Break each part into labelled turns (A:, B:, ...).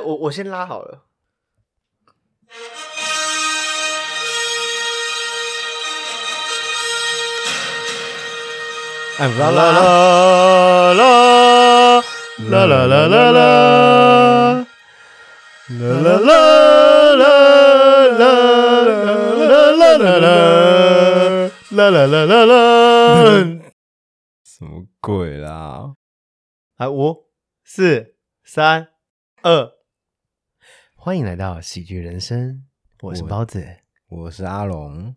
A: 我我先拉好了。
B: 哎，啦啦啦啦啦啦啦啦啦啦啦啦啦啦啦啦啦啦啦啦啦啦！
C: 什么鬼啦？
B: 来，五、四、三、二，欢迎来到喜剧人生，我是
C: 我
B: 包子。
C: 我是阿龙，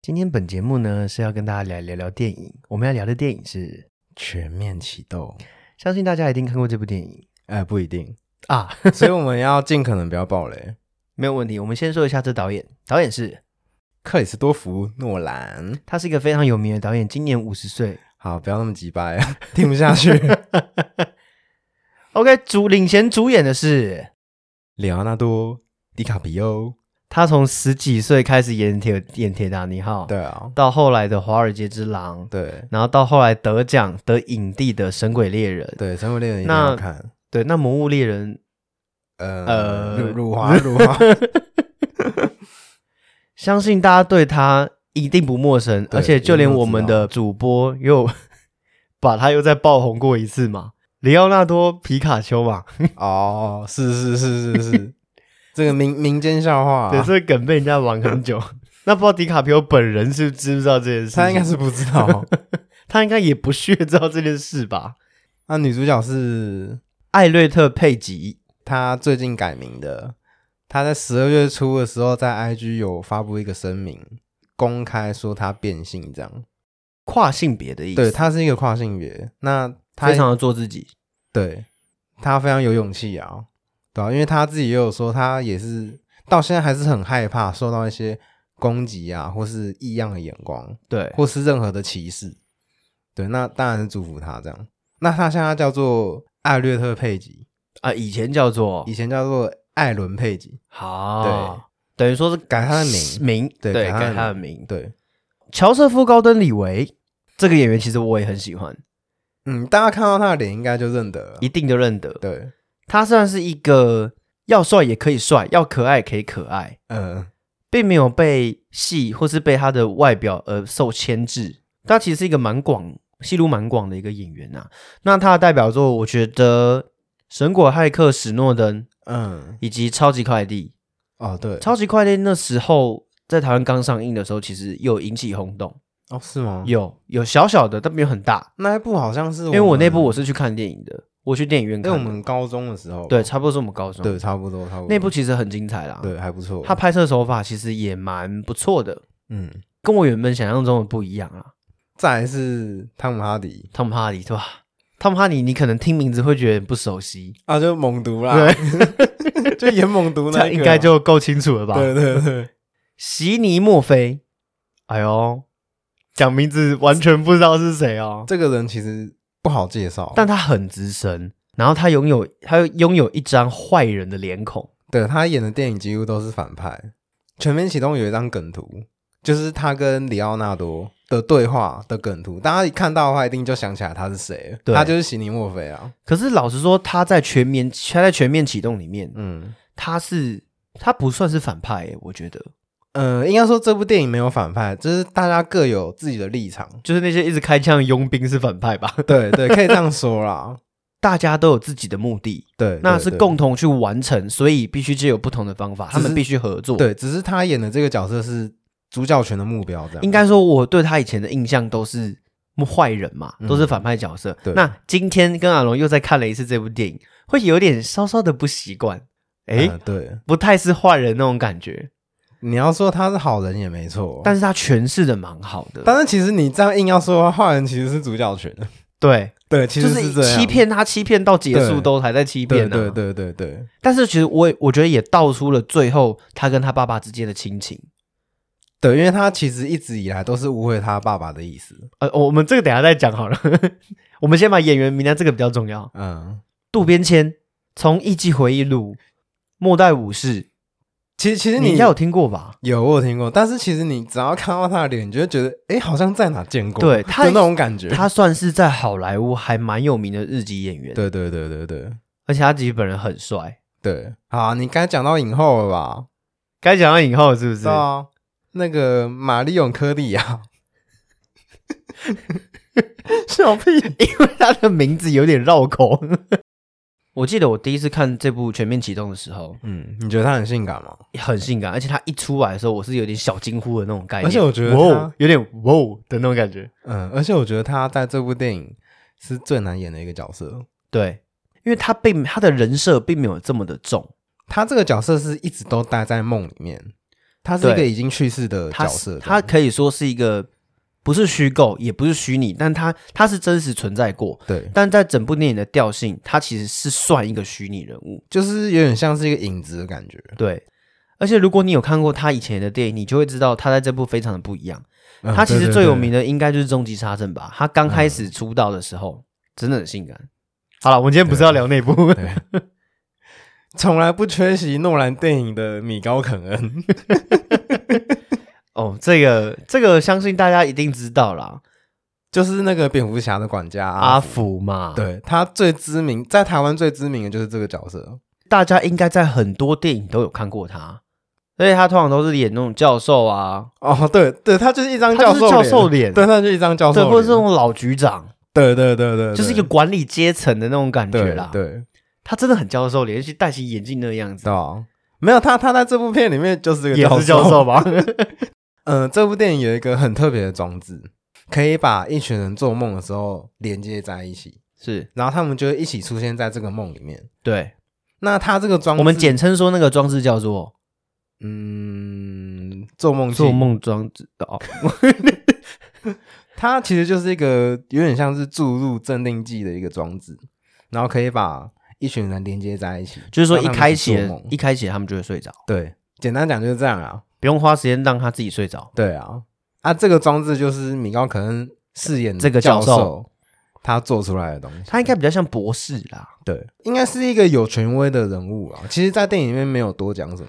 B: 今天本节目呢是要跟大家来聊聊电影，我们要聊的电影是，
C: 全面启动。
B: 相信大家一定看过这部电影
C: 哎、不一定，
B: 啊，
C: 所以我们要尽可能不要爆雷。
B: 没有问题。我们先说一下这导演，导演是
C: 克里斯多福·诺兰，
B: 他是一个非常有名的导演，今年五十岁。
C: 好，不要那么急掰，听不下去。
B: OK，主领衔主演的是
C: 里奥纳多·迪卡皮欧，
B: 他从十几岁开始演铁演铁达尼号，
C: 对，啊，
B: 到后来的《华尔街之狼》，
C: 对
B: 然后到后来得奖得影帝的《神鬼猎人》，
C: 对，《神鬼猎人》一定要
B: 那
C: 看。
B: 对，那《魔物猎人》
C: 呃
B: 呃
C: 辱辱华辱 华，
B: 相信大家对他一定不陌生，
C: 对
B: 而且就连我们的主播又 把他又再爆红过一次嘛，里奥纳多皮卡丘嘛，
C: 哦，是是是是是，这个民民间笑话、啊
B: 对，这个梗被人家玩很 久。那不知道迪卡皮欧本人是不是知不知道这件事情？
C: 他应该是不知 道。
B: 他应该也不屑知道这件事吧？
C: 那女主角是
B: 艾略特佩吉，
C: 她最近改名的，她在十二月初的时候在 IG 有发布一个声明，公开说她变性这样。
B: 跨性别的意思，
C: 对，她是一个跨性别，那她
B: 非常的做自己。
C: 对她非常有勇气啊，对啊，因为她自己也有说，她也是到现在还是很害怕受到一些攻击啊，或是异样的眼光。
B: 对，
C: 或是任何的歧视。对，那当然是祝福他这样。那他现在叫做艾略特佩吉，
B: 啊，以前叫做
C: 以前叫做艾伦佩吉，
B: 好，对，等于说是
C: 改他的名。
B: 名，
C: 对
B: 对，
C: 改他
B: 改
C: 的
B: 他的
C: 名
B: 名。
C: 对，
B: 乔瑟夫·高登·李维这个演员，其实我也很喜欢，
C: 嗯，大家看到他的脸应该就认得了
B: 一。定就认得。
C: 对，
B: 他虽然是一个要帅也可以帅，要可爱可以可爱，
C: 嗯，
B: 并没有被戏或是被他的外表而受牵制。他其实是一个蛮广、戏路蛮广的一个演员啊。那他的代表作，我觉得《神鬼骇客史诺登》
C: 嗯，
B: 以及《超级快递》。
C: 哦，对
B: 《，超级快递》那时候在台湾刚上映的时候，其实有引起轰动，
C: 哦，是吗？
B: 有有小小的，但没有很大。
C: 那一部好像是，
B: 因为我那部我，是去看电影的，我去电影院
C: 啊因为
B: 看
C: 我
B: 的。
C: 们高中的时候吧，
B: 对，差不多是我们高中
C: 对，差不多，差不多。
B: 那部其实很精彩啦。，
C: 对还不错，
B: 他拍摄手法其实也蛮不错的，
C: 嗯，
B: 跟我原本想象中的不一样啊。
C: 再来是汤姆哈迪
B: 汤姆哈迪对吧？汤姆哈迪，你可能听名字会觉得很不熟悉，
C: 啊，就猛毒啦，
B: 对，
C: 就演猛毒
B: 这样
C: 那一个
B: 应该
C: 啊
B: 就够清楚了吧？
C: 对对对，
B: 席尼墨菲，哎呦，讲名字完全不知道是谁哦。
C: 这个人其实不好介绍，
B: 但他很资深，然后他拥有他拥有一张坏人的脸孔，
C: 对他演的电影几乎都是反派。《全面启动》有一张梗图，就是他跟里奥纳多的对话的梗图，大家一看到的话，一定就想起来他是谁了。
B: 对
C: 他就是席尼墨菲啊。
B: 可是老实说，他在全面他在全面启动里面，
C: 嗯，
B: 他是他不算是反派、欸，我觉得。
C: 呃，应该说这部电影没有反派，就是大家各有自己的立场
B: 就是那些一直开枪的佣兵是反派吧，
C: 对对，可以这样说 啦。
B: 大家都有自己的目的，
C: 对，
B: 那
C: 对
B: 是
C: 对
B: 共同去完成，所以必须借有不同的方法，
C: 只
B: 他
C: 是
B: 们必须合作。，
C: 对，只是他演的这个角色是主角权的目标，这样
B: 应该说我对他以前的印象都是。坏人嘛，
C: 嗯
B: 都是反派角色。
C: 对
B: 那今天跟阿龙又再看了一次这部电影，会有点稍稍的不习惯。诶，
C: 呃对，
B: 不太是坏人那种感觉，
C: 你要说他是好人也没错，
B: 但是他诠释的蛮好的。
C: 哦但是其实你这样硬要说的话，坏人其实是主角权。
B: 对，
C: 对，其
B: 就
C: 实这样。
B: 欺骗他，欺骗到结束
C: 对
B: 都还在欺骗啊
C: 对
B: 呢、
C: 对。对对对，
B: 但是其实我也我觉得也道出了最后他跟他爸爸之间的亲情。
C: 对，因为他其实一直以来都是误会他爸爸的意思。
B: 呃，我们这个等一下再讲好了。 我们先把演员名单这个比较重要。
C: 嗯，
B: 渡边谦从《艺伎回忆录》《末代武士
C: 其实其》，实
B: 你
C: 你
B: 应该有听过吧？
C: 有我有听过，但是其实你只要看到他的脸，你就会觉得哎，好像在哪见过，
B: 对他
C: 就那种感觉。
B: 他算是在好莱坞还蛮有名的日籍演员，
C: 对对对对对
B: 而且他自己本人很帅。
C: 对，好，你刚才讲到影后了吧？
D: 该讲到影后是不是
C: 对？啊，那个马里永科利啊，
D: 小屁，因为他的名字有点绕口。
B: 我记得我第一次看这部《全面启动》的时候，
C: 嗯，你觉得她很性感吗？
B: 很性感，而且她一出来的时候，我是有点小惊呼的那种概念。哦
C: 而且我觉得
D: 哇
C: 她，，
D: 有点哇的那种感觉。
C: 嗯，而且我觉得她在这部电影是最难演的一个角色。
B: 对，因为她并她的人设并没有这么的重，
C: 她这个角色是一直都待在梦里面，她是一个
B: 对
C: 已经去世的
B: 她
C: 角
B: 是
C: 色。
B: 她
C: 对
B: 可以说是一个不是虚构，也不是虚拟，但她她是真实存在过。
C: 对，
B: 但在整部电影的调性，她其实是算一个虚拟人物。
C: 就是有点像是一个影子的感觉。
B: 对，而且如果你有看过她以前的电影，你就会知道她在这部非常的不一样。
C: 嗯
B: 她其
C: 对
B: 实
C: 对
B: 最有
C: 对嗯
B: 名的应该就是《终极杀阵》吧？她刚开始出道的时候，真的很性感。
D: 好了，我们今天不是要聊内部，
C: 从来不缺席诺兰电影的米高肯恩，
B: 哦，这个这个相信大家一定知道啦，
C: 就是那个蝙蝠侠的管家
B: 阿
C: 啊。
B: 福嘛，，
C: 对他最知名，在台湾最知名的就是这个角色。
B: 大家应该在很多电影都有看过他，而且他通常都是演那种教授啊，
C: 哦，对对，他就是一张
B: 他
C: 教
B: 就是
C: 授
B: 教授脸
C: 对，他就是一张教授
B: 对，
C: 脸，
B: 或者是那种老局长，
C: 对对对对，对
B: 就是一个管理阶层的那种感觉
C: 对
B: 啦。
C: 对
B: 他真的很教授脸，尤其戴起眼镜那个样子
C: 对，啊，没有他，他在这部片里面就是这个
D: 也是教授 吧？
C: 嗯，这部电影有一个很特别的装置，可以把一群人做梦的时候连接在一起，
B: 是
C: 然后他们就会一起出现在这个梦里面。
B: 对，
C: 那他这个装置，
B: 我们简称说那个装置叫做
C: 嗯，做梦器
B: 做梦装置 哦，
C: 它其实就是一个有点像是注入镇定剂的一个装置，然后可以把一群人连接在一起。
B: 就是说一
C: 让他们
B: 开
C: 去
B: 启
C: 做
B: 了
C: 梦
B: 一开启了他们就会睡着，
C: 对，简单讲就是这样啊。
B: 不用花时间让他自己睡着。
C: 对啊，啊，这个装置就是米高可能饰演的
B: 这个
C: 教
B: 教授
C: 他做出来的东西。
B: 他应该比较像博士啦，
C: 对，应该是一个有权威的人物啊。其实，在电影里面没有多讲什么。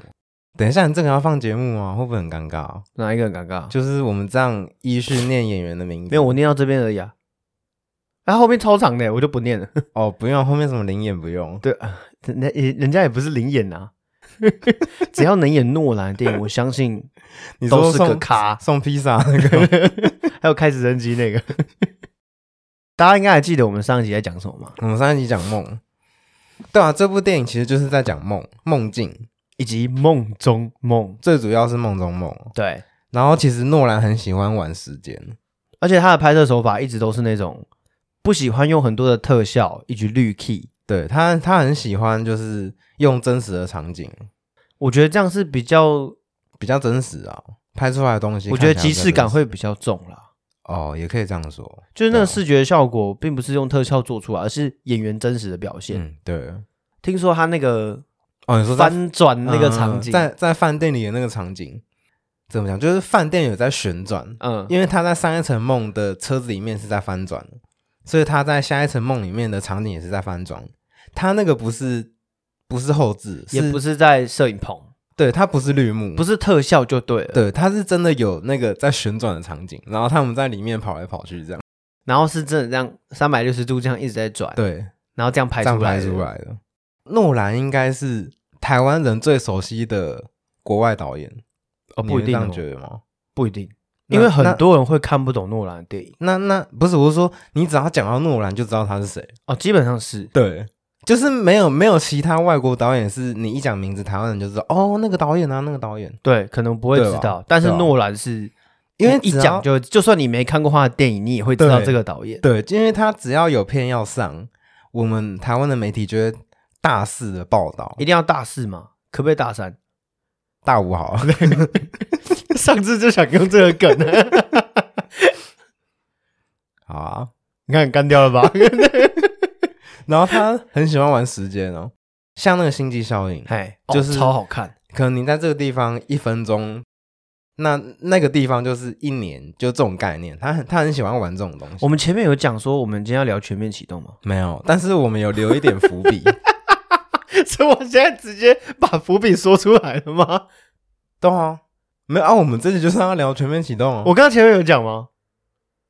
C: 等一下，你这个要放节目啊，会不会很尴尬、啊？
B: 哪一个很尴尬？
C: 就是我们这样依序念演员的名字，
B: 没有，我念到这边而已啊。然、后后面超长的，我就不念 了。
C: 哦，不用，后面什么灵演不用。
B: 对，啊人家也人家也不是零演啊， 只要能演诺兰的电影，我相 信
C: 你说
B: 都是个
C: 送
B: 咖。
C: 送披萨 那个
B: 还有开直升机那 个，大家应该还记得我们上一集在讲什么吗？
C: 我们上一集讲梦，对啊，这部电影其实就是在讲梦，梦境
B: 以及梦中梦。
C: 最主要是梦中梦。
B: 对，
C: 然后其实诺兰很喜欢玩时间，
B: 而且他的拍摄手法一直都是那种不喜欢用很多的特效以及绿 key，
C: 对他他很喜欢就是用真实的场景，
B: 我觉得这样是比较，
C: 比较真实啊，拍出来的东西
B: 我
C: 看
B: 觉得
C: 起来比较真
B: 即
C: 实，
B: 视感会比较重啦。
C: 哦，也可以这样说，
B: 就是那
C: 对啊
B: 个视觉效果，并不是用特效做出来，而是演员真实的表现。
C: 嗯，对，
B: 听说他那个
C: 哦，你说在
B: 翻转那个场景，
C: 嗯在在饭店里的那个场景怎么讲？就是饭店有在旋转，
B: 嗯
C: 因为他在上一层梦的车子里面是在翻转的，所以他在下一层梦里面的场景也是在翻转。他那个不是不是后置，
B: 也不
C: 是
B: 是在摄影棚，
C: 对，它不是绿幕，
B: 不
C: 是
B: 是特效就对了。
C: 对，它是真的有那个在旋转的场景，然后他们在里面跑来跑去这样，
B: 然后是真的这样三百六十度这样一直在转，
C: 对，
B: 然后这样拍
C: 这样
B: 出来
C: 拍
B: 的，
C: 出来的。诺兰应该是台湾人最熟悉的国外导演，
B: 哦，
C: 你
B: 不
C: 会
B: 一定
C: 这
B: 哦
C: 样，觉得吗？
B: 不一定，
C: 那
B: 因为很多人会看不懂诺兰的电影
C: 那那不是，我是说，你只要讲到诺兰，就知道他是谁。
B: 哦，基本上是
C: 对，就是没有没有其他外国导演是你一讲名字，台湾人就知道哦，那个导演啊，那个导演。
B: 对，可能不会
C: 对
B: 知
C: 吧
B: 道，但是
C: 对吧
B: 诺兰是
C: 因为
B: 一
C: 只要
B: 讲就就算你没看过他的电影，你也会知道
C: 对
B: 这个导演。
C: 对，因为他只要有片要上，我们台湾的媒体就会大肆的报道
B: 一。定要大四嘛，可不可以大三？
C: 大五 好，
D: 上次就想用这个 梗，
C: 好啊。
D: 你看干掉了吧？
C: 然后他很喜欢玩时间哦，像那个星际效应，
B: 哎，
C: 就是
B: 哦超好看。
C: 可能你在这个地方一分钟。那那个地方就是一年，就这种概念，他很他很喜欢玩这种东西。
B: 我们前面有讲说，我们今天要聊全面启 动吗？
C: 没有，但是我们有留一点伏笔，
D: 所以我现在直接把伏笔说出来了吗？
C: 对啊，没有啊，我们这集就是要聊全面启动啊。
D: 我刚刚前面有讲吗？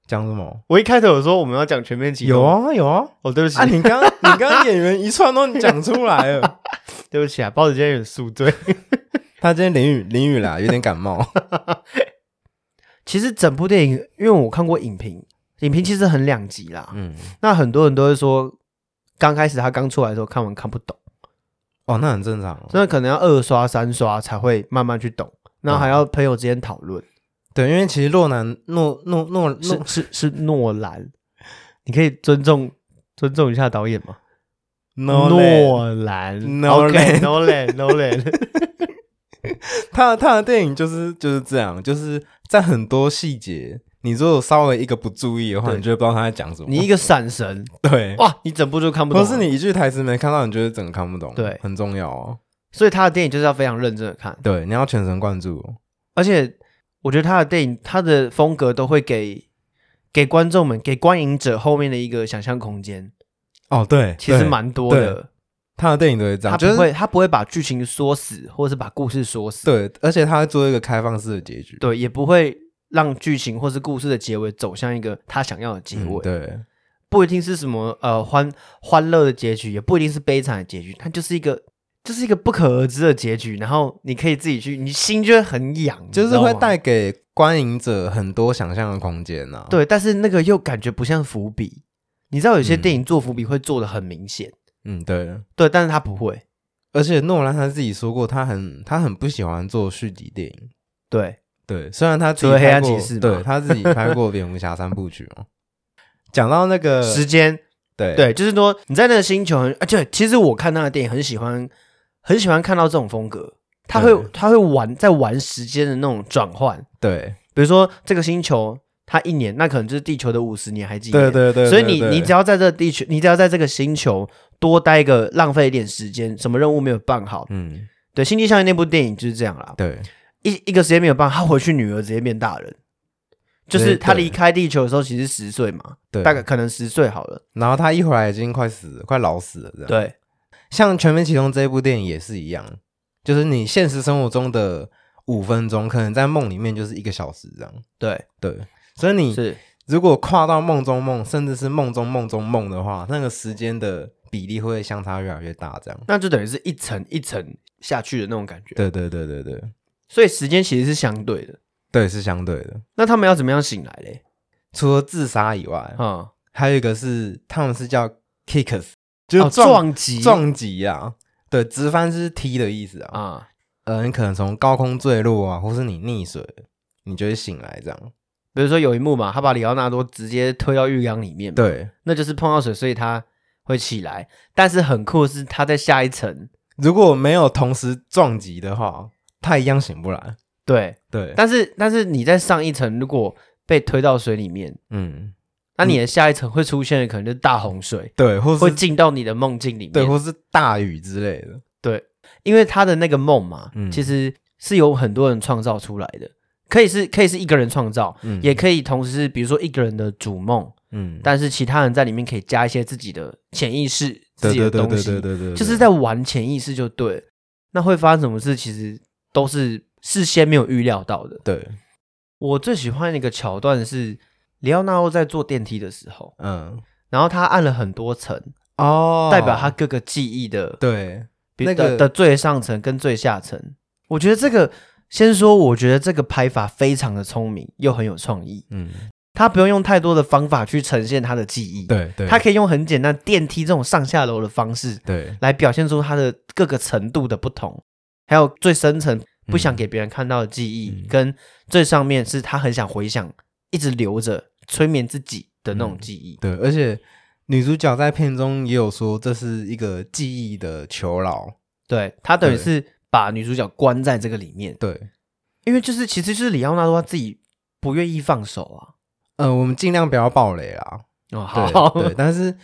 C: 讲什么？
D: 我一开头有说我们要讲全面启动，
C: 有，啊有啊
D: 哦，对不起，
C: 啊！你刚你刚演员一串都讲出来了，
B: 对不起啊，包子今天有点宿醉。
C: 他今天淋雨淋雨啦，有点感冒。
B: 其实整部电影，因为我看过影评，影评其实很两极啦。
C: 嗯，
B: 那很多人都会说，刚开始他刚出来的时候看完看不懂，
C: 哦，那很正常哦。
B: 真的可能要二刷三刷才会慢慢去懂，然后还要朋友之间讨论。
C: 对，因为其实诺南诺诺诺
B: 是
C: 诺
B: 是是诺兰，你可以尊重尊重一下导演吗？
C: 诺，
B: 诺兰
C: Nolan
B: ，OK，Nolan，Nolan，
C: 他的他的电影就是就是这样，就是在很多细节，你如果稍微一个不注意的话，
B: 对
C: 你就会不知道他在讲什么。
B: 你一个闪神，
C: 对，
B: 哇，你整部就看不懂啊
C: 或
B: 了。
C: 是你一句台词没看到，你就会整个看不懂。
B: 对
C: 很重要哦。
B: 所以他的电影就是要非常认真的看，
C: 对，你要全神贯注哦。
B: 而且我觉得他的电影，他的风格都会给给观众们、给观影者后面的一个想象空间，
C: 哦，对，
B: 其实
C: 对
B: 蛮多的。
C: 他的电影都会这
B: 他
C: 样，
B: 不
C: 就是
B: 会，他不会把剧情缩死，或是把故事缩死，
C: 对，而且他会做一个开放式的结局。嗯
B: 对，也不会让剧情或是故事的结尾走向一个他想要的结
C: 嗯
B: 尾。
C: 对，
B: 不一定是什么呃欢欢乐的结局，也不一定是悲惨的结局，它就是一个就是一个不可而知的结局。然后你可以自己去，你心就会很痒，
C: 就
B: 你
C: 是
B: 知道
C: 会
B: 吗
C: 带给观影者很多想象的空间呐、啊。
B: 对，但是那个又感觉不像伏笔。你知道有些电影做伏笔会做的很明显，
C: 嗯，对。
B: 对，但是他不会，
C: 而且诺兰他自己说过，他很他很不喜欢做续集电影。
B: 对，
C: 对，虽然他自
B: 除
C: 己
B: 了黑
C: 拍
B: 暗
C: 过
B: 骑士，嘛
C: 对他自己拍过蝙蝠侠三部曲哦。讲到那 个，
B: 时间，
C: 对
B: 对，就是说你在那个星球很，而且其实我看他的电影很喜欢，很喜欢看到这种风格，他会
C: 对
B: 他会玩在玩时间的那种转换，
C: 对
B: 比如说这个星球它一年，那可能就是地球的五十年还几年，
C: 对对对，
B: 所以你
C: 对
B: 你只要在这个地球，你只要在这个星球多待个，浪费一点时间，什么任务没有办好，
C: 嗯
B: 对，《星际效应》那部电影就是这样啦，
C: 对
B: 一一个时间没有办好，他回去女儿直接变大人，就是
C: 对
B: 他
C: 对
B: 离开地球的时候其实十岁嘛，
C: 对，
B: 大概可能十岁好了，
C: 然后他一回来已经快死了，快老死了这样。
B: 对
C: 像《全面启动》这一部电影也是一样，就是你现实生活中的五分钟，可能在梦里面就是一个小时这样。
B: 对
C: 对，所以你
B: 是，
C: 如果跨到梦中梦，甚至是梦中梦中梦的话，那个时间的比例会相差越来越大。这样，
B: 那就等于是一层一层下去的那种感觉，
C: 对对对对对
B: 所以时间其实是相对的。
C: 对，是相对的。
B: 那他们要怎么样醒来嘞？
C: 除了自杀以外，
B: 啊、
C: 还有一个是他们是叫 kicks，就
B: 哦
C: 是撞、
B: 撞击
C: 撞击啊。对，直翻是踢的意思啊。
B: 啊。
C: 呃，你可能从高空坠落啊，或是你溺水，你就会醒来这样。
B: 比如说有一幕嘛，他把里奥纳多直接推到浴缸里面，，
C: 对，
B: 那就是碰到水，所以他会起来。但是很酷的是，他在下一层，
C: 如果没有同时撞击的话，他一样醒不来。
B: 对，
C: 对，
B: 但是但是你在上一层如果被推到水里面，
C: 嗯，
B: 那你的下一层会出现的可能就是大洪水，
C: 对，或
B: 会
C: 是
B: 进到你的梦境里面，
C: 嗯对，或是大雨之类的。
B: 对因为他的那个梦嘛，
C: 嗯
B: 其实是有很多人创造出来的，可以是可以是一个人创造，
C: 嗯
B: 也可以同时是比如说一个人的主梦，
C: 嗯，
B: 但是其他人在里面可以加一些自己的潜意识、自己的东西，
C: 对对
B: 就是在玩潜意识就对了。那会发生什么事，其实都是事先没有预料到的。
C: 对，
B: 我最喜欢的一个桥段是里奥纳多在坐电梯的时候，
C: 嗯，
B: 然后他按了很多层，
C: 哦
B: 代表他各个记忆的
C: 对
B: 比
C: 那个
B: 的的最上层跟最下层。我觉得这个先说，我觉得这个拍法非常的聪明，又很有创意。
C: 嗯，
B: 他不用用太多的方法去呈现他的记忆，
C: 对对，
B: 他可以用很简单电梯这种上下楼的方式
C: 对
B: 来表现出它的各个程度的不同，还有最深层不想
C: 嗯
B: 给别人看到的记忆，
C: 嗯
B: 跟最上面是他很想回想，一直留着催眠自己的那种
C: 嗯
B: 记忆。
C: 对，而且女主角在片中也有说，这是一个记忆的囚牢。
B: 对他等于
C: 对
B: 是把女主角关在这个里面，
C: 对，
B: 因为就是其实就是里奥纳多他自己不愿意放手啊。
C: 呃，我们尽量不要暴雷啦。
B: 哦，好，
C: 对对，但是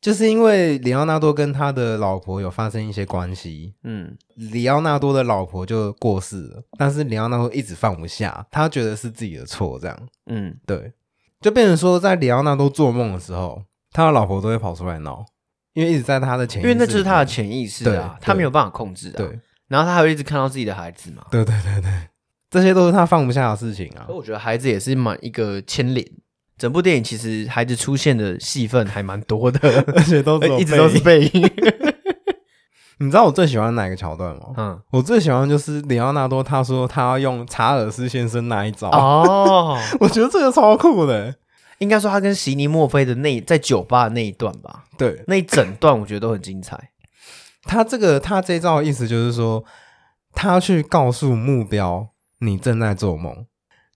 C: 就是因为里奥纳多跟他的老婆有发生一些关系，
B: 嗯，
C: 里奥纳多的老婆就过世了，但是里奥纳多一直放不下，他觉得是自己的错，这样
B: 嗯，
C: 对，就变成说在里奥纳多做梦的时候，他的老婆都会跑出来闹，因为一直在他的潜意
B: 因
C: 识，
B: 为那就是他的，潜意识啊
C: 对，
B: 他没
C: 对
B: 有办法控制啊。
C: 对，
B: 然后他还会一直看到自己的孩子嘛。
C: 对对对对，这些都是他放不下的事情啊
B: 可，我觉得孩子也是蛮一个牵连。整部电影其实孩子出现的戏份还蛮多的，
C: 哎而且都
B: 一直都是背影。
C: 你知道我最喜欢哪个桥段吗？
B: 嗯，
C: 我最喜欢就是里奥纳多，他说他要用查尔斯先生那一招，
B: 哦，
C: 我觉得这个超酷的。
B: 应该说他跟席尼墨菲的那在酒吧的那一段吧，
C: 对
B: 那一整段我觉得都很精彩。
C: 他这个他这一招的意思就是说，他去告诉目标你正在做梦，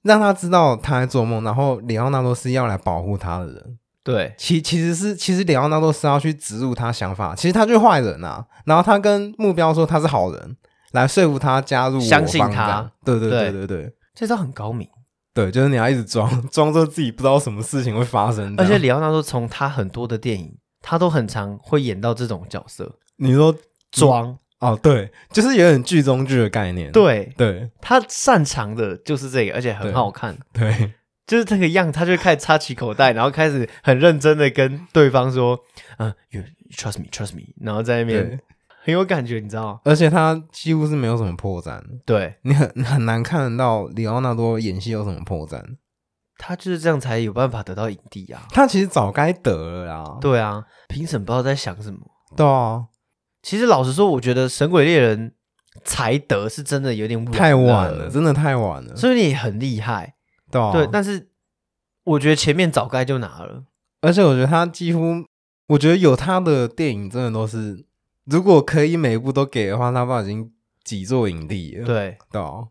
C: 让他知道他在做梦，然后里奥纳多是要来保护他的人。
B: 对，
C: 其其实是其实里奥纳多是要去植入他想法，其实他就是坏人啊。然后他跟目标说他是好人，来说服他加入我
B: 相信
C: 方
B: 他
C: 这样。对对对
B: 对
C: 对对
B: 这招很高明，
C: 对，就是你要一直装装作自己不知道什么事情会发生这
B: 而
C: 样。
B: 且里奥纳多从他很多的电影，他都很常会演到这种角色，
C: 你说
B: 装。
C: 哦，对，就是有点剧中剧的概念。
B: 对
C: 对
B: 他擅长的就是这个，而且很
C: 对
B: 好看，
C: 对
B: 就是这个样，他就开始插起口袋，然后开始很认真的跟对方说：“嗯、y o u trust me, trust me。”然后在那边
C: 对，
B: 很有感觉，你知道吗？
C: 而且他几乎是没有什么破绽，
B: 对
C: 你很很难看得到里奥纳多演戏有什么破绽。
B: 他就是这样才有办法得到影帝啊。
C: 他其实早该得了啦。
B: 对啊，评审不知道在想什么。
C: 对啊，
B: 其实老实说，我觉得《神鬼猎人》才得是真的有点晚
C: 太晚了，
B: 了，
C: 真的太晚了。
B: 所以你很厉害，
C: 对啊，
B: 对。但是我觉得前面早该就拿了，
C: 而且我觉得他几乎，我觉得有他的电影真的都是，如果可以每一部都给的话，他爸已经几座影帝了。
B: 对。
C: 对啊，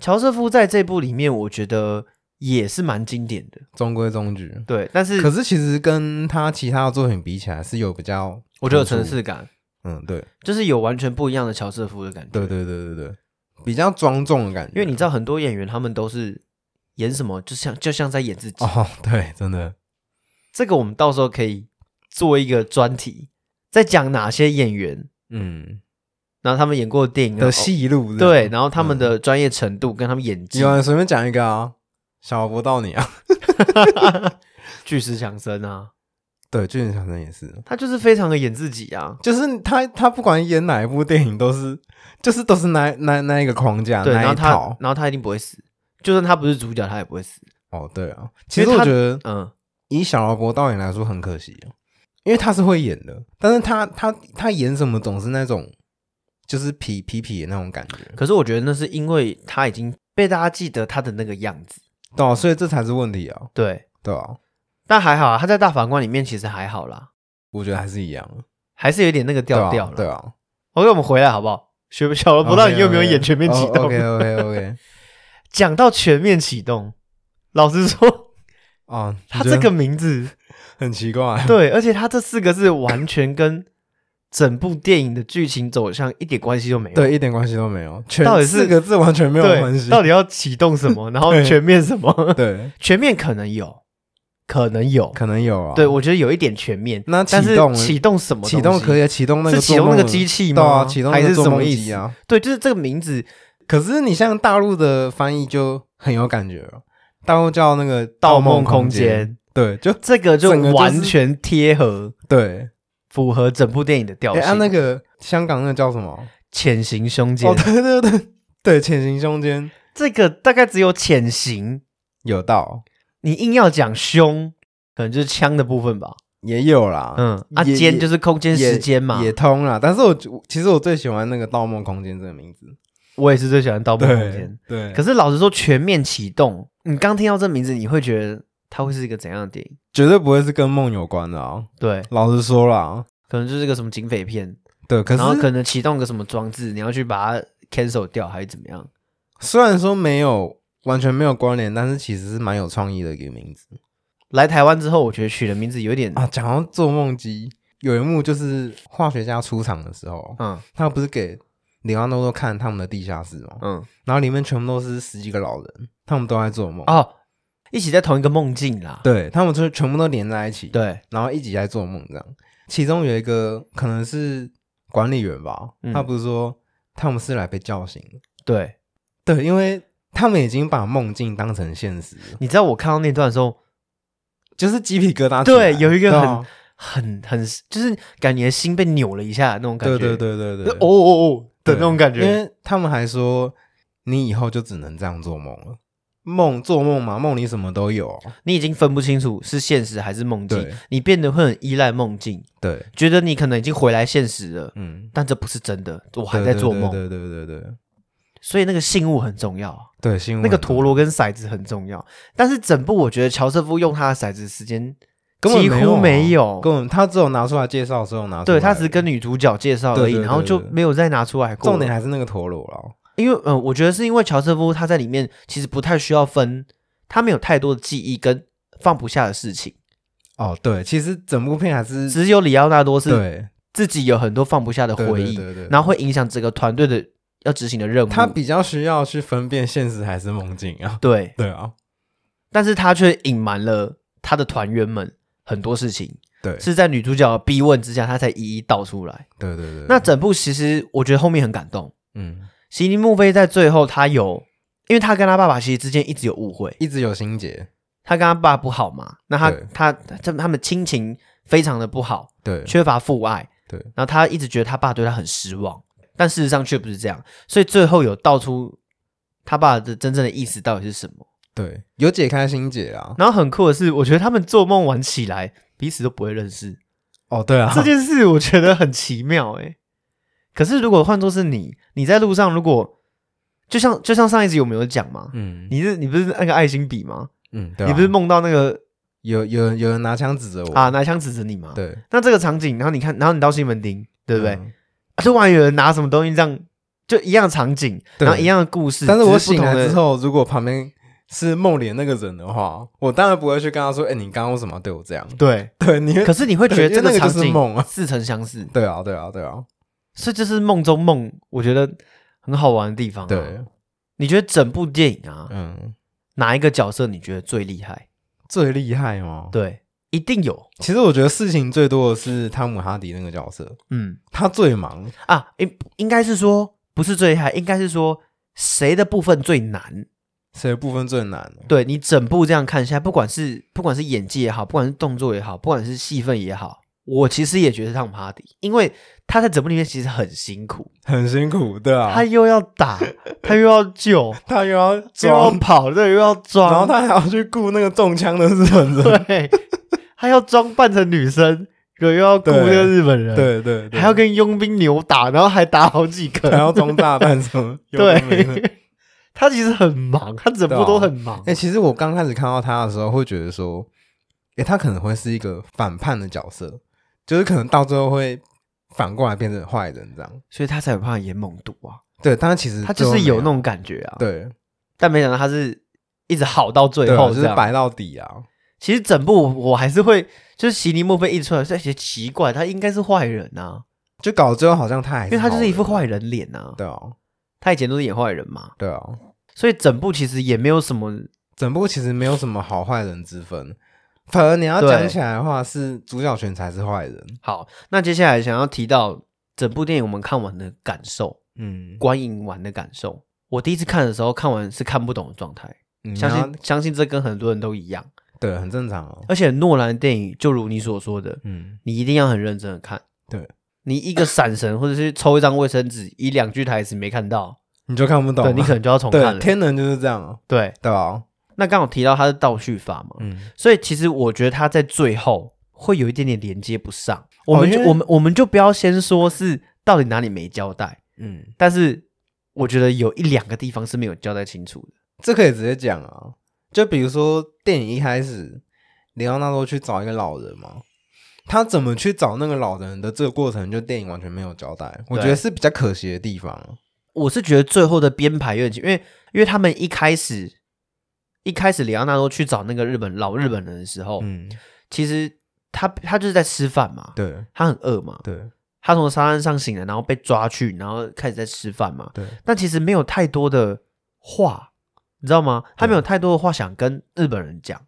B: 乔瑟夫在这部里面，我觉得也是蛮经典的，
C: 中规中矩。
B: 对。但是
C: 可是其实跟他其他的作品比起来，是有比较，
B: 我觉得有
C: 突出
B: 层次感，
C: 嗯，对，
B: 就是有完全不一样的乔瑟夫的感觉。
C: 对，对对对对，比较庄重的感觉。
B: 因为你知道很多演员他们都是演什么，就像就像在演自己。
C: 哦，对，真的，
B: 这个我们到时候可以做一个专题，在讲哪些演员，
C: 嗯，
B: 然后他们演过的电影啊
C: 的、戏路
B: 哦
C: 是
B: 对，
C: 吧，
B: 然后他们的专业程度跟他们演技
C: 有人随便讲一个啊，小博到你啊，
B: 巨石强森啊，
C: 对，巨人强森也是，
B: 他就是非常的演自己啊。
C: 就是他他不管演哪一部电影都是，就是都是那那那一个框架
B: 对，然
C: 那
B: 后
C: 一
B: 他
C: 套。
B: 然后他一定不会死，就算他不是主角，他也不会死。
C: 哦，对啊，
B: 其
C: 其
B: 实
C: 实我
B: 他
C: 觉得
B: 嗯，
C: 以小劳勃导演来说很可惜哦，因为他是会演的，但是他他他演什么总是那种就是痞痞痞的那种感觉，
B: 可是我觉得那是因为他已经被大家记得他的那个样子，
C: 对、啊，所以这才是问题啊，
B: 对。
C: 对啊，
B: 但还好啊，他在大法官里面其实还好啦，
C: 我觉得还是一样，
B: 还是有点那个
C: 对
B: 调
C: 啊
B: 调了。
C: 对啊，
B: OK，我们回来好不好？学小罗伯道，你有没有演全面启动
C: 哦 OK OK OK，
B: 讲到全面启动，老实说，
C: 哦，
B: 他这个名字，
C: 很奇 怪，
B: 对，而且他这四个字完全跟整部电影的剧情走向一点关系都没有。
C: 对，一点关系都没有，全
B: 到底是
C: 四个字完全没有
B: 对
C: 关系，
B: 到底要启动什 么，然后
C: 对
B: 全面什么？
C: 对，
B: 全面可能有，可能有，
C: 可能有啊，
B: 对我觉得有一点全面。
C: 那
B: 但
C: 启
B: 是
C: 动
B: 启动什么？
C: 启动可。以啊启动那个
B: 是启动
C: 做
B: 那
C: 梦
B: 个
C: 的
B: 机器
C: 对啊，
B: 吗？
C: 启动那
B: 还
C: 个
B: 是
C: 做
B: 什么
C: 梦
B: 意
C: 机
B: 思？
C: 啊。
B: 对，就是这个名字
C: 可是你像大陆的翻译就很有感觉哦，大陆叫那个“
B: 《盗梦空
C: 空
B: 间》，，
C: 对，就
B: 这个就
C: 整个就是
B: 完全贴合、
C: 对。
B: 符合整部电影的调
C: 哎，
B: 性。
C: 按那个香港那个叫什么？
B: 潜行胸间，
C: 哦，对对对对，潜行胸间
B: 这个大概只有潜行，
C: 有到
B: 你硬要讲胸，可能就是枪的部分吧。
C: 也有啦，
B: 嗯，啊，
C: 也
B: 间就是空间、
C: 也
B: 时间嘛。
C: 也通啦。但是我其实我最喜欢那个“盗梦空间”这个名字，
B: 我也是最喜欢《盗梦空间》，
C: 对。
B: 可
C: 是
B: 是老实说，全面启动，你刚听到这名字，你会觉得它会是一个怎样的电影？
C: 绝对不会是跟梦有关的啊！
B: 对，
C: 老实说啦，
B: 可能就是个什么警匪片，
C: 对。可
B: 然后
C: 是
B: 可能启动个什么装置，你要去把它 cancel 掉，还是怎么样？
C: 虽然说没有完全没有关联，但是其实是蛮有创意的一个名字。
B: 来台湾之后，我觉得取的名字有点，
C: 啊，讲到做梦机，有一幕就是化学家出场的时候，
B: 嗯
C: 他不是给里奥纳多看他们的地下室吗？
B: 嗯，
C: 然后里面全部都是十几个老人，他们都在做梦。
B: 哦，一起在同一个梦境啦。
C: 对他们就是全部都连在一起，，
B: 对，
C: 然后一起在做梦这样。其中有一个可能是管理员吧，
B: 嗯
C: 他不是说他们是来被叫醒的，
B: 对，
C: 对，因为他们已经把梦境当成现实了，
B: 你知道我看到那段的时候，
C: 就是鸡皮疙瘩起来。
B: 对有一个
C: 对
B: 很
C: 啊
B: 很很就是感觉心被扭了一下那种感觉，
C: 对对对对对
B: 就，哦哦哦的那种感
C: 因
B: 觉，
C: 为他们还说，你以后就只能这样做梦了，梦做梦嘛，梦里什么都有。
B: 你已经分不清楚是现实还是梦境
C: 对，
B: 你变得会很依赖梦境，
C: 对，
B: 觉得你可能已经回来现实了，
C: 嗯，
B: 但这不是真的，我
C: 我
B: 还在做梦。
C: 对对对对对
B: 所以那个信物很重要啊，
C: 对，新闻
B: 那个
C: 很
B: 陀螺跟骰子很重要。但是整部我觉得乔瑟夫用他的骰子时间
C: 根本啊
B: 几乎没有，
C: 根本他只有拿出来介绍的时候拿出来，
B: 对他只是跟女主角介绍而
C: 对
B: 已，
C: 对对
B: 然后就没有再拿出来过。
C: 重点还是那个陀螺了。
B: 因为呃，我觉得是因为乔瑟夫他在里面其实不太需要分，他没有太多的记忆跟放不下的事情，
C: 哦，对，其实整部片还是
B: 只有里奥纳多是
C: 对
B: 自己有很多放不下的
C: 对
B: 回
C: 对
B: 忆
C: 对，对
B: 然后会影响整个团队的要执行的任务。
C: 他比较需要去分辨现实还是梦境啊。
B: 对，
C: 对啊，
B: 但是他却隐瞒了他的团员们很多事情，
C: 对，
B: 是在女主角的逼问之下，他才一一道出来。
C: 对对对。
B: 那整部其实我觉得后面很感动，
C: 嗯，
B: 席尼穆菲在最后他有，因为他跟他爸爸其实之间一直有误会，
C: 一直有心结，
B: 他跟他爸不好嘛，那他
C: 对
B: 他他他们亲情非常的不好，
C: 对
B: 缺乏父爱，
C: 对
B: 然后他一直觉得他爸对他很失望，但事实上却不是这样，所以最后有道出他爸的真正的意思到底是什么。
C: 对，有解开心结啊。
B: 然后很酷的是，我觉得他们做梦玩起来彼此都不会认识，
C: 哦，对啊
B: 这件事我觉得很奇妙哎、可是如果换作是你，你在路上如果就像就像上一集我们有讲嘛，
C: 嗯
B: 你是你不是那个爱心笔吗？
C: 嗯，对啊
B: 你不是梦到那个
C: 有有人有人拿枪指着我
B: 啊？拿枪指着你吗？。
C: 对，
B: 那这个场景，然后你看，然后你到西门町，对不对？啊
C: 嗯
B: 突然有人拿什么东西这样，就一样的场景，
C: 对
B: 然后一样的故事，
C: 但是我
B: 只不
C: 醒
B: 同
C: 来
B: 的
C: 之，后，如果旁边是梦里的那个人的话，我当然不会去跟他说：“哎、你刚刚为什么要对我这样
B: 对？”。
C: 对，你会
B: 可是你会觉得
C: 对
B: 这
C: 因为那
B: 场
C: 个就是
B: 景
C: 梦啊
B: 似曾相识，
C: 对啊，对啊，对啊，
B: 所以这是梦中梦，我觉得很好玩的地方、啊。
C: 对，，
B: 你觉得整部电影啊，
C: 嗯，
B: 哪一个角色你觉得最厉害？
C: 最厉害哦。，
B: 对，一定有，
C: 其实我觉得事情最多的是汤姆哈迪那个角色，
B: 嗯
C: 他最忙。
B: 啊，应应该是说不是最厉害，应该是说谁的部分最难。
C: 谁的部分最难？
B: 对你整部这样看下来，不管是不管是演技也好，不管是动作也好，不管是戏份也好，我其实也觉得汤姆哈迪，因为他在整部里面其实很辛苦，
C: 很辛苦，对啊，
B: 他又要 打，他又要救，
C: 他 又要
B: 又要
C: 装，
B: 跑，对，又要装，
C: 然后他还要去雇那个中枪的日本人，
B: 对，他要装扮成女生，然后又要雇
C: 对
B: 那个日本人，，
C: 对对对，
B: 还要跟佣兵扭打，然后还打好几个，
C: 还要装大扮什么，有的没的
B: 对，他其实很忙，他整部
C: 对啊
B: 都很忙。
C: 哎、其实我刚开始看到他的时候，会觉得说，哎、他可能会是一个反叛的角色，就是可能到最后会反过来变成坏人这样。
B: 所以他才有办法演猛毒啊，
C: 对，但是其实
B: 他就是有那种感觉啊。
C: 最后没有
B: 但没想到他是一直好到最
C: 对对啊，
B: 后
C: 就
B: 这
C: 是
B: 样。
C: 白到底啊。
B: 其实整部我还是会，就是席尼莫菲一出来，这些奇怪，他应该是坏人啊，
C: 就搞最后好像他还
B: 因
C: 是
B: 为他就是一副
C: 好人
B: 坏人脸啊。
C: 对啊，
B: 他以前都是演坏人嘛，
C: 对啊，
B: 所以整部其实也没有什么
C: 整部其实没有什么好坏人之分，反而你要讲
B: 对
C: 起来的话，是主角群才是坏人。
B: 好。那接下来想要提到整部电影我们看完的感受，
C: 嗯，
B: 观影完的感受。我第一次看的时候，看完是看不懂的状态，
C: 你
B: 相
C: 要
B: 信呃相信这跟很多人都一样。
C: 对，很正常哦。
B: 而且诺兰的电影，就如你所说的，
C: 嗯，
B: 你一定要很认真的看。
C: 对，
B: 你一个闪神，或者是抽一张卫生纸，一两句台词没看到，
C: 你就看不懂
B: 对
C: 啊，
B: 你可能就要重看
C: 对
B: 了。
C: 天能就是这样啊，
B: 对，
C: 对啊，
B: 那刚好提到它是倒叙法嘛，
C: 嗯，
B: 所以其实我觉得它在最后会有一点点连接不上。我们就、
C: 哦因为
B: 我们我们就不要先说是到底哪里没交代，
C: 嗯。
B: 但是我觉得有一两个地方是没有交代清楚的。
C: 这可以直接讲啊，就比如说电影一开始，里奥纳多去找一个老人嘛，他怎么去找那个老人的这个过程，就电影完全没有交代，我
B: 对
C: 觉得是比较可惜的地方。啊
B: 我是觉得最后的编排有点奇，因为因为他们一开始一开始里奥纳多去找那个日本老日本人的时候，
C: 嗯，
B: 其实他他就是在吃饭嘛，
C: 对
B: 他很饿嘛，
C: 对
B: 他从沙滩上醒来，然后被抓去，然后开始在吃饭嘛。
C: 对
B: 但其实没有太多的话，你知道吗？他
C: 对
B: 没有太多的话想跟日本人讲。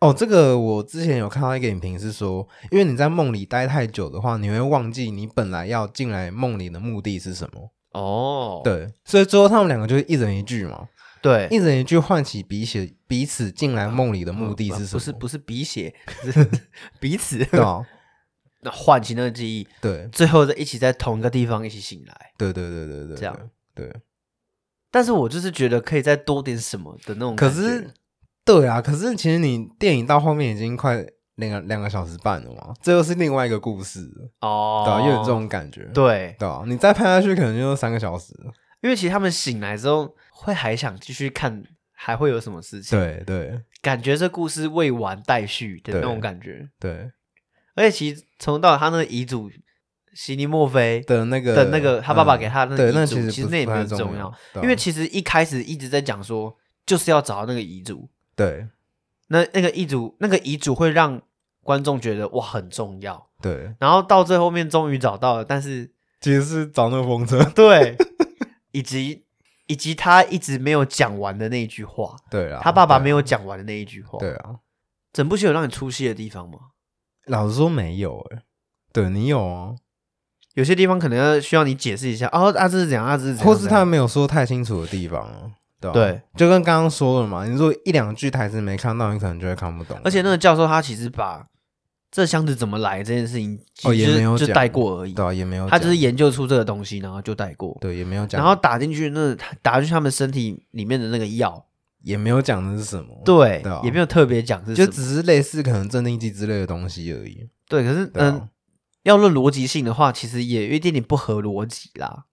C: 哦，这个我之前有看到一个影评是说，因为你在梦里待太久的话，你会忘记你本来要进来梦里的目的是什么。
B: 哦对
C: 对，所以最后他们两个就是一人一句嘛，一
B: 对，
C: 人一句唤起彼此彼此进来梦里的目的是什么？
B: 不是不是鼻 血，是彼此
C: 对啊，
B: 那唤起那个记忆，
C: 对
B: 最后在一起在同一个地方一起醒来。
C: 对对对对对，
B: 这样
C: 对。
B: 但是我就是觉得可以再多点什么的那种
C: 可
B: 感觉。
C: 是，对啊，可是其实你电影到后面已经快两个两个小时半了嘛，这又是另外一个故事了，
B: 哦，
C: 对啊，又有这种感觉，
B: 对，
C: 对啊，你再拍下去可能就三个小时了，
B: 因为其实他们醒来之后会还想继续看，还会有什么事情？，
C: 对对
B: 感觉这故事未完待续的那种
C: 对
B: 感觉。
C: 对
B: 而且其实从头到尾他那个遗嘱，席尼墨菲
C: 的那个
B: 的那个他爸爸给他的
C: 嗯对，
B: 遗
C: 那
B: 嘱
C: 其实
B: 其实
C: 不
B: 那也
C: 不
B: 没
C: 太
B: 有
C: 重
B: 重要
C: 对啊
B: 因为其实一开始一直在讲说，就是要找到那个遗嘱。
C: 对
B: 那那个遗嘱，那个遗嘱会让观众觉得哇很重要，
C: 对，
B: 然后到最后面终于找到了，但 是
C: 其实是找那个风车，
B: 对，以及以及他一直没有讲完的那一句话，
C: 对啊，
B: 他爸爸没
C: 有，
B: 有讲完的那一句话，
C: 对，啊，
B: 整部戏有让你出戏的地方吗？
C: 老实说没有哎、对你有啊，
B: 有些地方可能要需要你解释一下，哦，啊这是怎样，啊这是怎样，
C: 或是
B: 这
C: 他
B: 样
C: 没有说太清楚的地方啊，对啊
B: 对，
C: 就跟刚刚说了嘛，你如果一两句台词没看到，你可能就会看不懂。
B: 而且那个教授他其实把这箱子怎么来这件事情，其
C: 哦
B: 实
C: 也
B: 就是
C: 没有
B: 就
C: 讲
B: 带过而已，
C: 对啊，也没有讲，
B: 他就是研究出这个东西，然后就带过，
C: 对也没有讲，
B: 然后打进去那打进去他们身体里面的那个药，
C: 也没有讲的是什么，，
B: 对，
C: 对啊
B: 也没有特别讲是
C: 就
B: 什么
C: 只是类似可能镇定剂之类的东西而已。
B: 对，可是
C: 对啊
B: 嗯、要论逻辑性的话，其实也有一点点不合逻辑啦。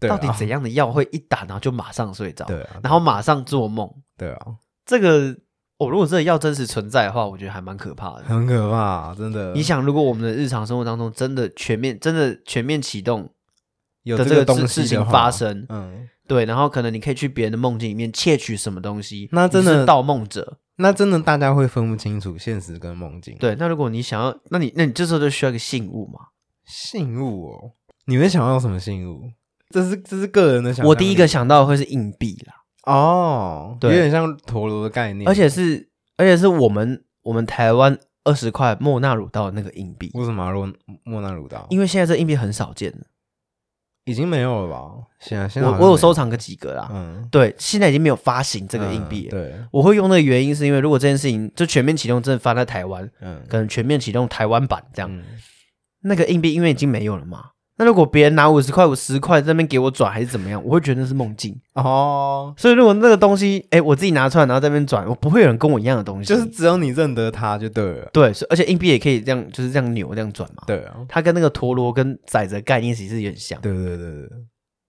C: 对啊，
B: 到底怎样的药会一打然后就马上睡着，
C: 对啊，
B: 然后马上做梦？
C: 对啊，
B: 这个哦，如果这个药真实存在的话，我觉得还蛮可怕的。
C: 很可怕，真的。
B: 你想，如果我们的日常生活当中真的全面、真的全面启动，
C: 有
B: 的
C: 这
B: 这个
C: 个东
B: 事
C: 西
B: 事情
C: 的话
B: 发生
C: 嗯，
B: 对，然后可能你可以去别人的梦境里面窃取什么东西，
C: 那
B: 你
C: 真的
B: 是盗梦者。
C: 那真的大家会分不清楚现实跟梦境。，
B: 对，那如果你想要，那你那你这时候就需要一个信物嘛。
C: 信物哦，你会想要什么信物？这是这是个人的想象力。
B: 我第一个想到的会是硬币啦。
C: 哦，有
B: 对
C: 点像陀螺的概念，
B: 而且是而且是我们我们台湾二十块莫纳鲁道的那个硬币，
C: 为什么要用莫纳鲁道？
B: 因为现在这硬币很少见了。
C: 已经没有了吧？现在现在
B: 我
C: 好像
B: 我有
C: 没
B: 收，藏个几个啦，
C: 嗯，
B: 对，现在已经没有发行这个硬
C: 嗯
B: 币了。
C: 对，
B: 我会用那个原因是因为如果这件事情就全面启动真的发在台湾，
C: 嗯，
B: 可能全面启动台湾版这样，
C: 嗯
B: 那个硬币因为已经没有了嘛。那如果别人拿五十块、五十块在那边给我转还是怎么样，我会觉得那是梦境。
C: 哦，
B: 所以如果那个东西，哎、我自己拿出来然后在那边转，我不会有人跟我一样的东西。
C: 就是只有你认得它就对了，
B: 对，所以而且硬币也可以这样，就是这样扭这样转嘛。
C: 对啊，
B: 它跟那个陀螺跟载着概念其实有点像。
C: 对对对对，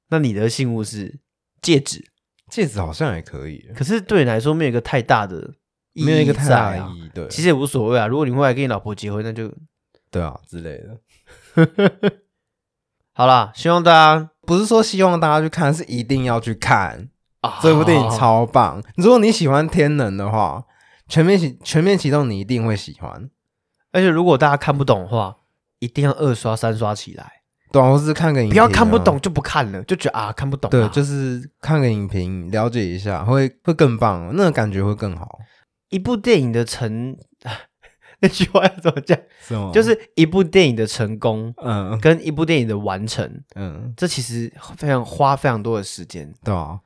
B: 那你的信物是戒指，
C: 戒指好像也可以，
B: 可是对你来说没有一个太大的意义
C: 没有一个太大
B: 在啊
C: 的意义，对，
B: 其实也无所谓啊。如果你未来跟你老婆结婚，那就
C: 对啊之类的，
B: 好啦。希望大家
C: 不是说希望大家去看，是一定要去看
B: 啊
C: 这部电影
B: 好
C: 超
B: 哦
C: 棒。如果你喜欢天能的话，全面启全面启动你一定会喜欢，
B: 而且如果大家看不懂的话，一定要二刷三刷起来，
C: 对啊，或是看个影，
B: 不要看不懂。就不看了，就觉得啊看不懂啊。
C: 对，就是是看个影评，了解一下，会会更棒，那个感觉会更好，
B: 一部电影的成， 那句话要怎么讲？
C: 是吗？
B: 就是一部电影的成功
C: 嗯
B: 跟一部电影的完成，
C: 嗯，
B: 这其实非常花非常多的时间。
C: 对啊，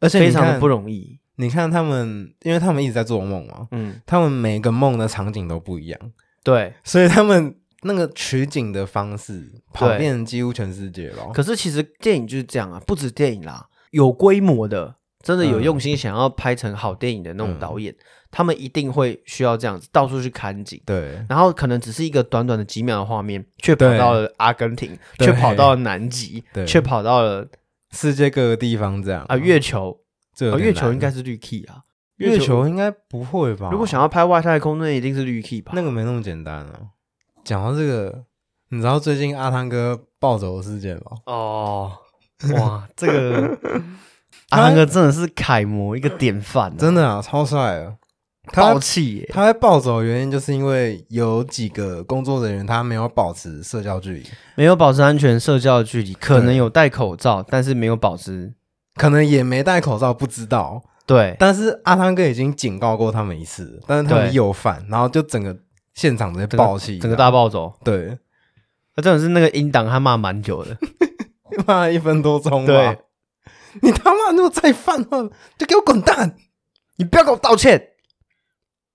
C: 而且
B: 非常的
C: 你
B: 不
C: 看
B: 容易。
C: 你看他们，因为他们一直在做梦嘛，
B: 嗯，
C: 他们每个梦的场景都不一样，
B: 对。
C: 所以他们那个取景的方式跑
B: 对
C: 遍几乎全世界了。
B: 可是其实电影就是这样啊，不止电影啦，有规模的，真
C: 嗯
B: 的有用心想要拍成好电影的那种导演，他们一定会需要这样子到处去看景。
C: 对
B: 然后可能只是一个短短的几秒的画面，却跑
C: 对
B: 到了阿根廷，
C: 对
B: 却跑到了南极
C: 对，哦
B: 却跑到了
C: 世界各个地方这样
B: 啊月球、
C: 这有
B: 啊
C: 点
B: 月球
C: 难
B: 应该是绿 key 啊，
C: 月球应该不会吧？
B: 如果想要拍外太空，那一定是绿 key 吧？
C: 那个没那么简单啊。讲到这个，你知道最近阿汤哥暴走事件吗？
B: 哦，哇，这 个阿汤哥真的是楷模，一个典范、啊，
C: 真的啊，超帅啊！他
B: 爆气耶！
C: 他会暴走的原因就是因为有几个工作人员他没有保持社交距离，
B: 没有保持安全社交的距离，可能
C: 对
B: 有戴口罩，但是没有保持
C: 可能也没戴口罩，不知道。
B: 对
C: 但是阿汤哥已经警告过他们一次，但是他们
B: 对
C: 又犯，然后就整个现场直接爆气，啊
B: 整个大暴走。
C: 对，
B: 那真的是那个音档，他骂蛮久的。
C: 骂了一分多钟吧
B: 对。
C: 你他妈如果再犯的话，就给我滚蛋！
B: 你不要给我道歉，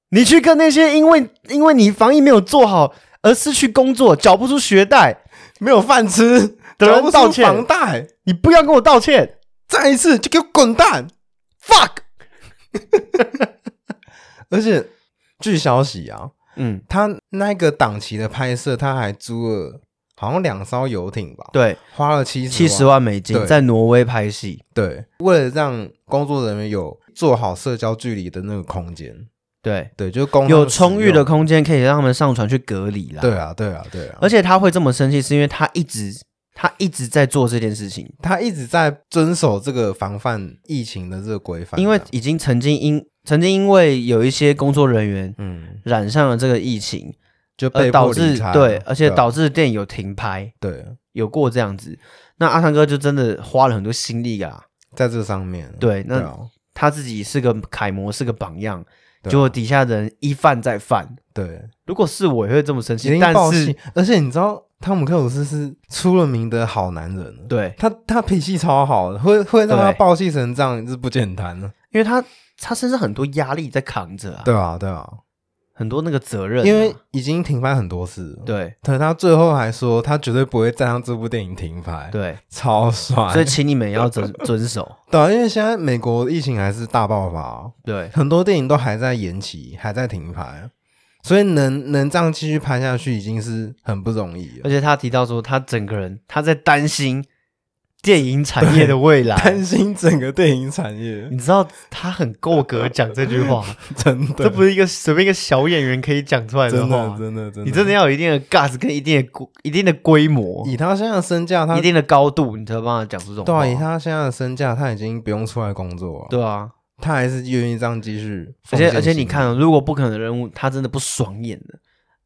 B: 你去跟那些因为因为你防疫没有做好而失去工作、缴不出学贷
C: 没有饭吃，
B: 的
C: 交
B: 人
C: 不
B: 道
C: 出
B: 歉
C: 房贷，
B: 你不要跟我道歉。
C: 再一次就给我滚蛋，fuck！而且据消息啊，
B: 嗯，
C: 他那个档期的拍摄，他还租了好像两艘游艇吧，，
B: 对，
C: 花了七
B: 七十万美金
C: 对
B: 在挪威拍戏，
C: 对，为了让工作人员有做好社交距离的那个空间，
B: 对，
C: 对，就是供他们
B: 有充裕的
C: 使用，
B: 空间可以让他们上船去隔离啦。
C: 对，啊，对啊，对啊，
B: 而且他会这么生气，是因为他一直他一直在做这件事情，
C: 他一直在遵守这个防范疫情的这个规范，啊
B: 因为
C: 这样
B: 已经曾经因曾经因为有一些工作人员
C: 嗯，
B: 染上了这个疫情，
C: 就
B: 而
C: 被
B: 导
C: 迫离
B: 致
C: 开了
B: 对，而且
C: 啊
B: 导致电影有停拍，
C: 对
B: 有过这样子。那阿汤哥就真的花了很多心力啊，
C: 在这上面，
B: 对那
C: 啊
B: 他自己是个楷模，是个榜样，
C: 对啊
B: 结果底下的人一犯再犯。
C: 对，
B: 如果是我，也会这么生
C: 已
B: 气，
C: 经
B: 但
C: 暴
B: 是
C: 气，而且你知道汤姆克鲁斯是出了名的好男人了，
B: 对，
C: 他他脾气超好的，会会让他
B: 对
C: 暴气成这样是不简单的，
B: 因为他他身上很多压力在扛着啊，
C: 对啊对啊，
B: 很多那个责任啊、
C: 因为已经停拍很多次了，
B: 对
C: 对，他最后还说他绝对不会再让这部电影停拍，，
B: 对，
C: 超帅，
B: 所以请你们也要 遵遵守，
C: 对啊，因为现在美国疫情还是大爆发哦，
B: 对
C: 很多电影都还在延期，还在停拍。所以能能这样继续拍下去，已经是很不容易了
B: 而。且他提到说，他整个人他在担心电影产业的未来
C: 担。心整个电影产业
B: 你，知道他很够格讲这句 话，
C: 真的，
B: 这不是一个随便一个小演员可以讲出来
C: 真
B: 话。
C: 的，真的，真的，
B: 你真的要有一定的 gas 跟一定的规一定的规模、
C: 以他现在的身价，他
B: 一定的高度，你才有办法讲出这种
C: 对
B: 话。
C: 啊，以他现在的身价，他已经不用出来工作了，
B: 对啊，
C: 他还是愿意这样继续
B: 而
C: 奉
B: 且
C: 献心力。
B: 而且你看、哦，如果不可能的任务，他真的不爽眼的，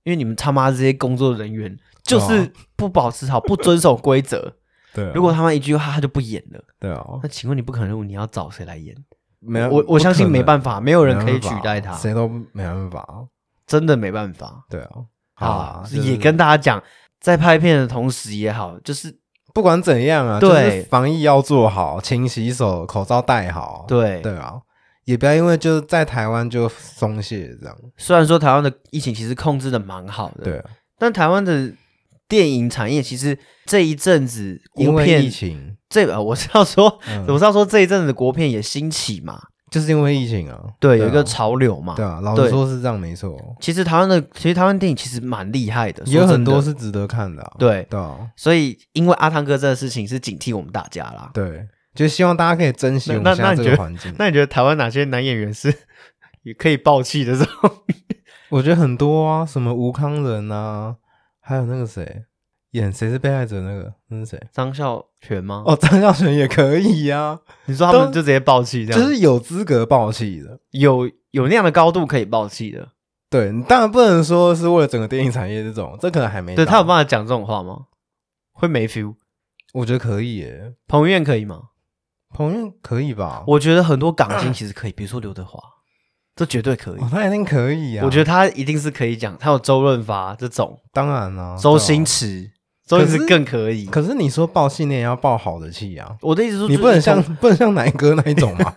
B: 因为你们他妈这些工作人员就是不保持好、不遵守规则。
C: 啊对啊，
B: 如果他妈一句话他就不演了，
C: 对啊，
B: 那请问你不可能任务你要找谁来演？
C: 没有，
B: 我我相信没办
C: 法，
B: 法，没有人可以取代他，
C: 谁都没办法。
B: 真的没办法
C: 对啊，
B: 啊！
C: 就是
B: 也跟大家讲，在拍片的同时也好，就是
C: 不管怎样啊，
B: 对
C: 就是防疫要做好，勤洗手，口罩戴好，
B: 对
C: 对啊，也不要因为就在台湾就松懈这样。
B: 虽然说台湾的疫情其实控制的蛮好的，
C: 对，啊，
B: 但台湾的电影产业其实这一阵子
C: 因
B: 国
C: 为疫
B: 片
C: 情，
B: 这呃我是要说，
C: 嗯
B: 我是要说这一阵子国片也兴起嘛，
C: 就是因为疫情啊，
B: 对，有
C: 啊
B: 一个潮流嘛
C: 对。啊，老
B: 对
C: 实说是这样没错，
B: 其实台湾的，其实台湾电影其实蛮厉害的，
C: 也有
B: 说真
C: 很
B: 的
C: 多是值得看的啊，
B: 对，
C: 对啊，
B: 所以因为阿汤哥这个事情是警惕我们大家啦。
C: 对，就希望大家可以珍惜
B: 那
C: 我们现
B: 那那
C: 在这
B: 你
C: 个
B: 觉得
C: 环境。
B: 那你觉得台湾哪些男演员是也可以爆气的这种？
C: 我觉得很多啊，什么吴康仁啊，还有那个谁演谁是被害者那个，那是谁？
B: 张孝全吗？
C: 哦，张孝全也可以呀、
B: 你说他们就直接爆气这
C: 就
B: 样，
C: 是有资格爆气的。
B: 有有那样的高度可以爆气的。
C: 对你当然不能说是为了整个电影产业这种，这可能还没
B: 对
C: 到
B: 他有办法讲这种话吗？会没 feel？
C: 我觉得可以耶，
B: 彭于晏可以吗？
C: 彭于晏可以吧？
B: 我觉得很多港星其实可以，比如说刘德华，这绝对可以
C: 哦。他一定可以啊！
B: 我觉得他一定是可以讲，他有周润发这种，
C: 当然啦、
B: 周
C: 对啊
B: 星驰，周星
C: 哦可
B: 驰
C: 是
B: 更可以。
C: 可是你说爆气，你也要爆好的气啊！
B: 我的意思是说，
C: 你
B: 就
C: 不
B: 是
C: 能像
B: 从
C: 不能像奶哥那一种 嘛？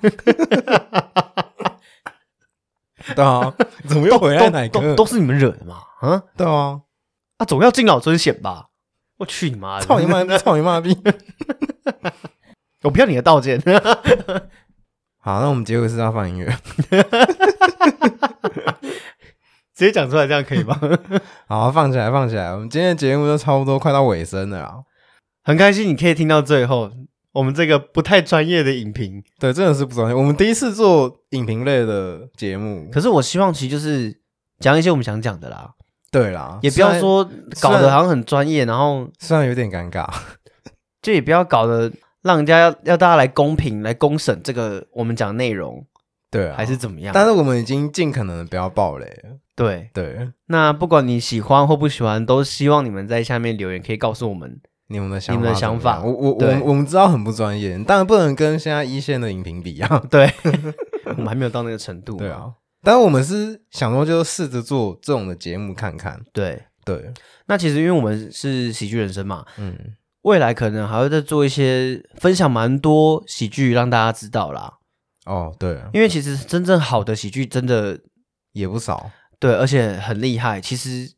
C: 对啊，怎么又回来
B: 都
C: 奶
B: 都
C: 哥？
B: 都是你们惹的嘛？啊
C: 对啊，
B: 啊，总要敬老尊贤吧？我去你妈的！
C: 操你妈逼！操你妈逼！
B: 我不要你的道歉。
C: 好，那我们结尾是要放音乐。
B: 直接讲出来，这样可以吗？
C: 好，放起来，放起来。我们今天的节目就差不多快到尾声了啊。
B: 很开心你可以听到最后，我们这个不太专业的影评。
C: 对，真的是不专业。我们第一次做影评类的节目，
B: 可是我希望其实就是讲一些我们想讲的啦，
C: 对啦，
B: 也不要
C: 虽然
B: 说搞
C: 虽
B: 得
C: 然
B: 好像很专业，然后
C: 虽然有点尴尬，
B: 就也不要搞得让人家要要大家来公平来公审这个我们讲的内容
C: 对啊，
B: 还是怎么样。
C: 但是我们已经尽可能不要暴雷了。
B: 对，
C: 对，
B: 那不管你喜欢或不喜欢，都希望你们在下面留言，可以告诉我 们。
C: 你们的想法
B: 你
C: 怎么
B: 们
C: 样，
B: 的想法
C: 我我我
B: 对
C: 们我们知道很不专业，当然不能跟现在一线的影评比啊。
B: 对，我们还没有到那个程度。
C: 对，啊，但我们是想说，就试着做这种的节目看看。
B: 对。
C: 对，
B: 那其实因为我们是喜剧人生嘛，
C: 嗯，
B: 未来可能还会再做一些分享，蛮多喜剧让大家知道啦。
C: 哦，对，
B: 因为其实真正好的喜剧真的
C: 也不少。
B: 对，而且很厉害。其实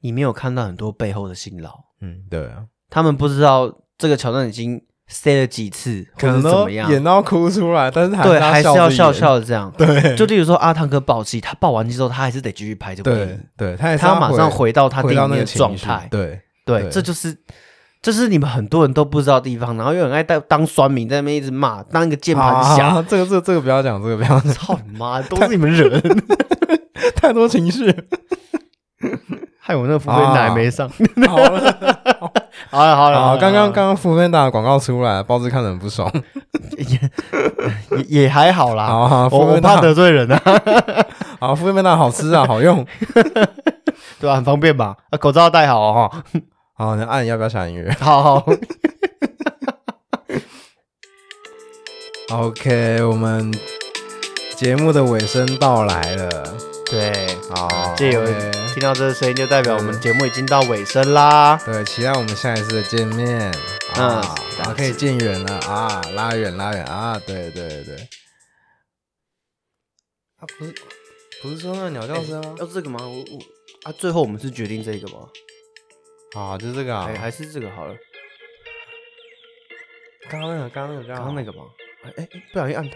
B: 你没有看到很多背后的辛劳，
C: 嗯，对啊，
B: 他们不知道这个桥段已经塞了几次，或
C: 可
B: 者
C: 能
B: 怎
C: 都
B: 么样，
C: 演到哭出来，但是
B: 对，还是要笑
C: 笑
B: 笑的这样。
C: 着演，对，
B: 就例如说阿汤哥爆气，他爆完气之后，他还是得继续拍这部电
C: 对
B: 影，
C: 对，他也是
B: 他要马上
C: 回
B: 回到他电
C: 回到
B: 影
C: 那
B: 里
C: 个
B: 的
C: 情
B: 状
C: 绪
B: 态。
C: 对
B: 对，
C: 对
B: 这就是这是你们很多人都不知道的地方，然后又很爱当当酸民，在那边一直骂，当一个键盘侠。
C: 啊这个这个这个不要讲，这个不要讲，
B: 操你妈！都 是你们惹的，
C: 太多情绪。
B: 害我那个福原奶没上。
C: 好了，
B: 啊好了好了，
C: 好，
B: 好了
C: 刚刚刚刚福芬达的广告出来，包子看得很不爽。
B: 也也还好啦。
C: 好好，
B: 我
C: 福
B: 我
C: 芬
B: 怕
C: 达，
B: 得罪人啊，
C: 好，福芬达好吃啊，好用。
B: 对吧？很方便吧？啊口罩要戴好哦。哈
C: 好，那按要不要下音乐
B: 好 好，
C: ？OK，我们节目的尾声到来了。
B: 对，
C: 好，
B: 这有
C: OK
B: 听到这个声音，就代表我们节目已经到尾声啦。
C: 对，期待我们下一次的见面
B: 嗯
C: 啊，然后可以见远了啊，拉远拉远啊，对对对。啊，不是不是说那个鸟叫声吗？
B: 要这个吗？我我啊，最后我们是决定这个吗？
C: 啊，就是这个啊
B: 哎，，还是这个好了，
C: 刚刚那个刚刚那个比较
B: 刚
C: 好
B: 刚那个吗？哎哎，不小心按到。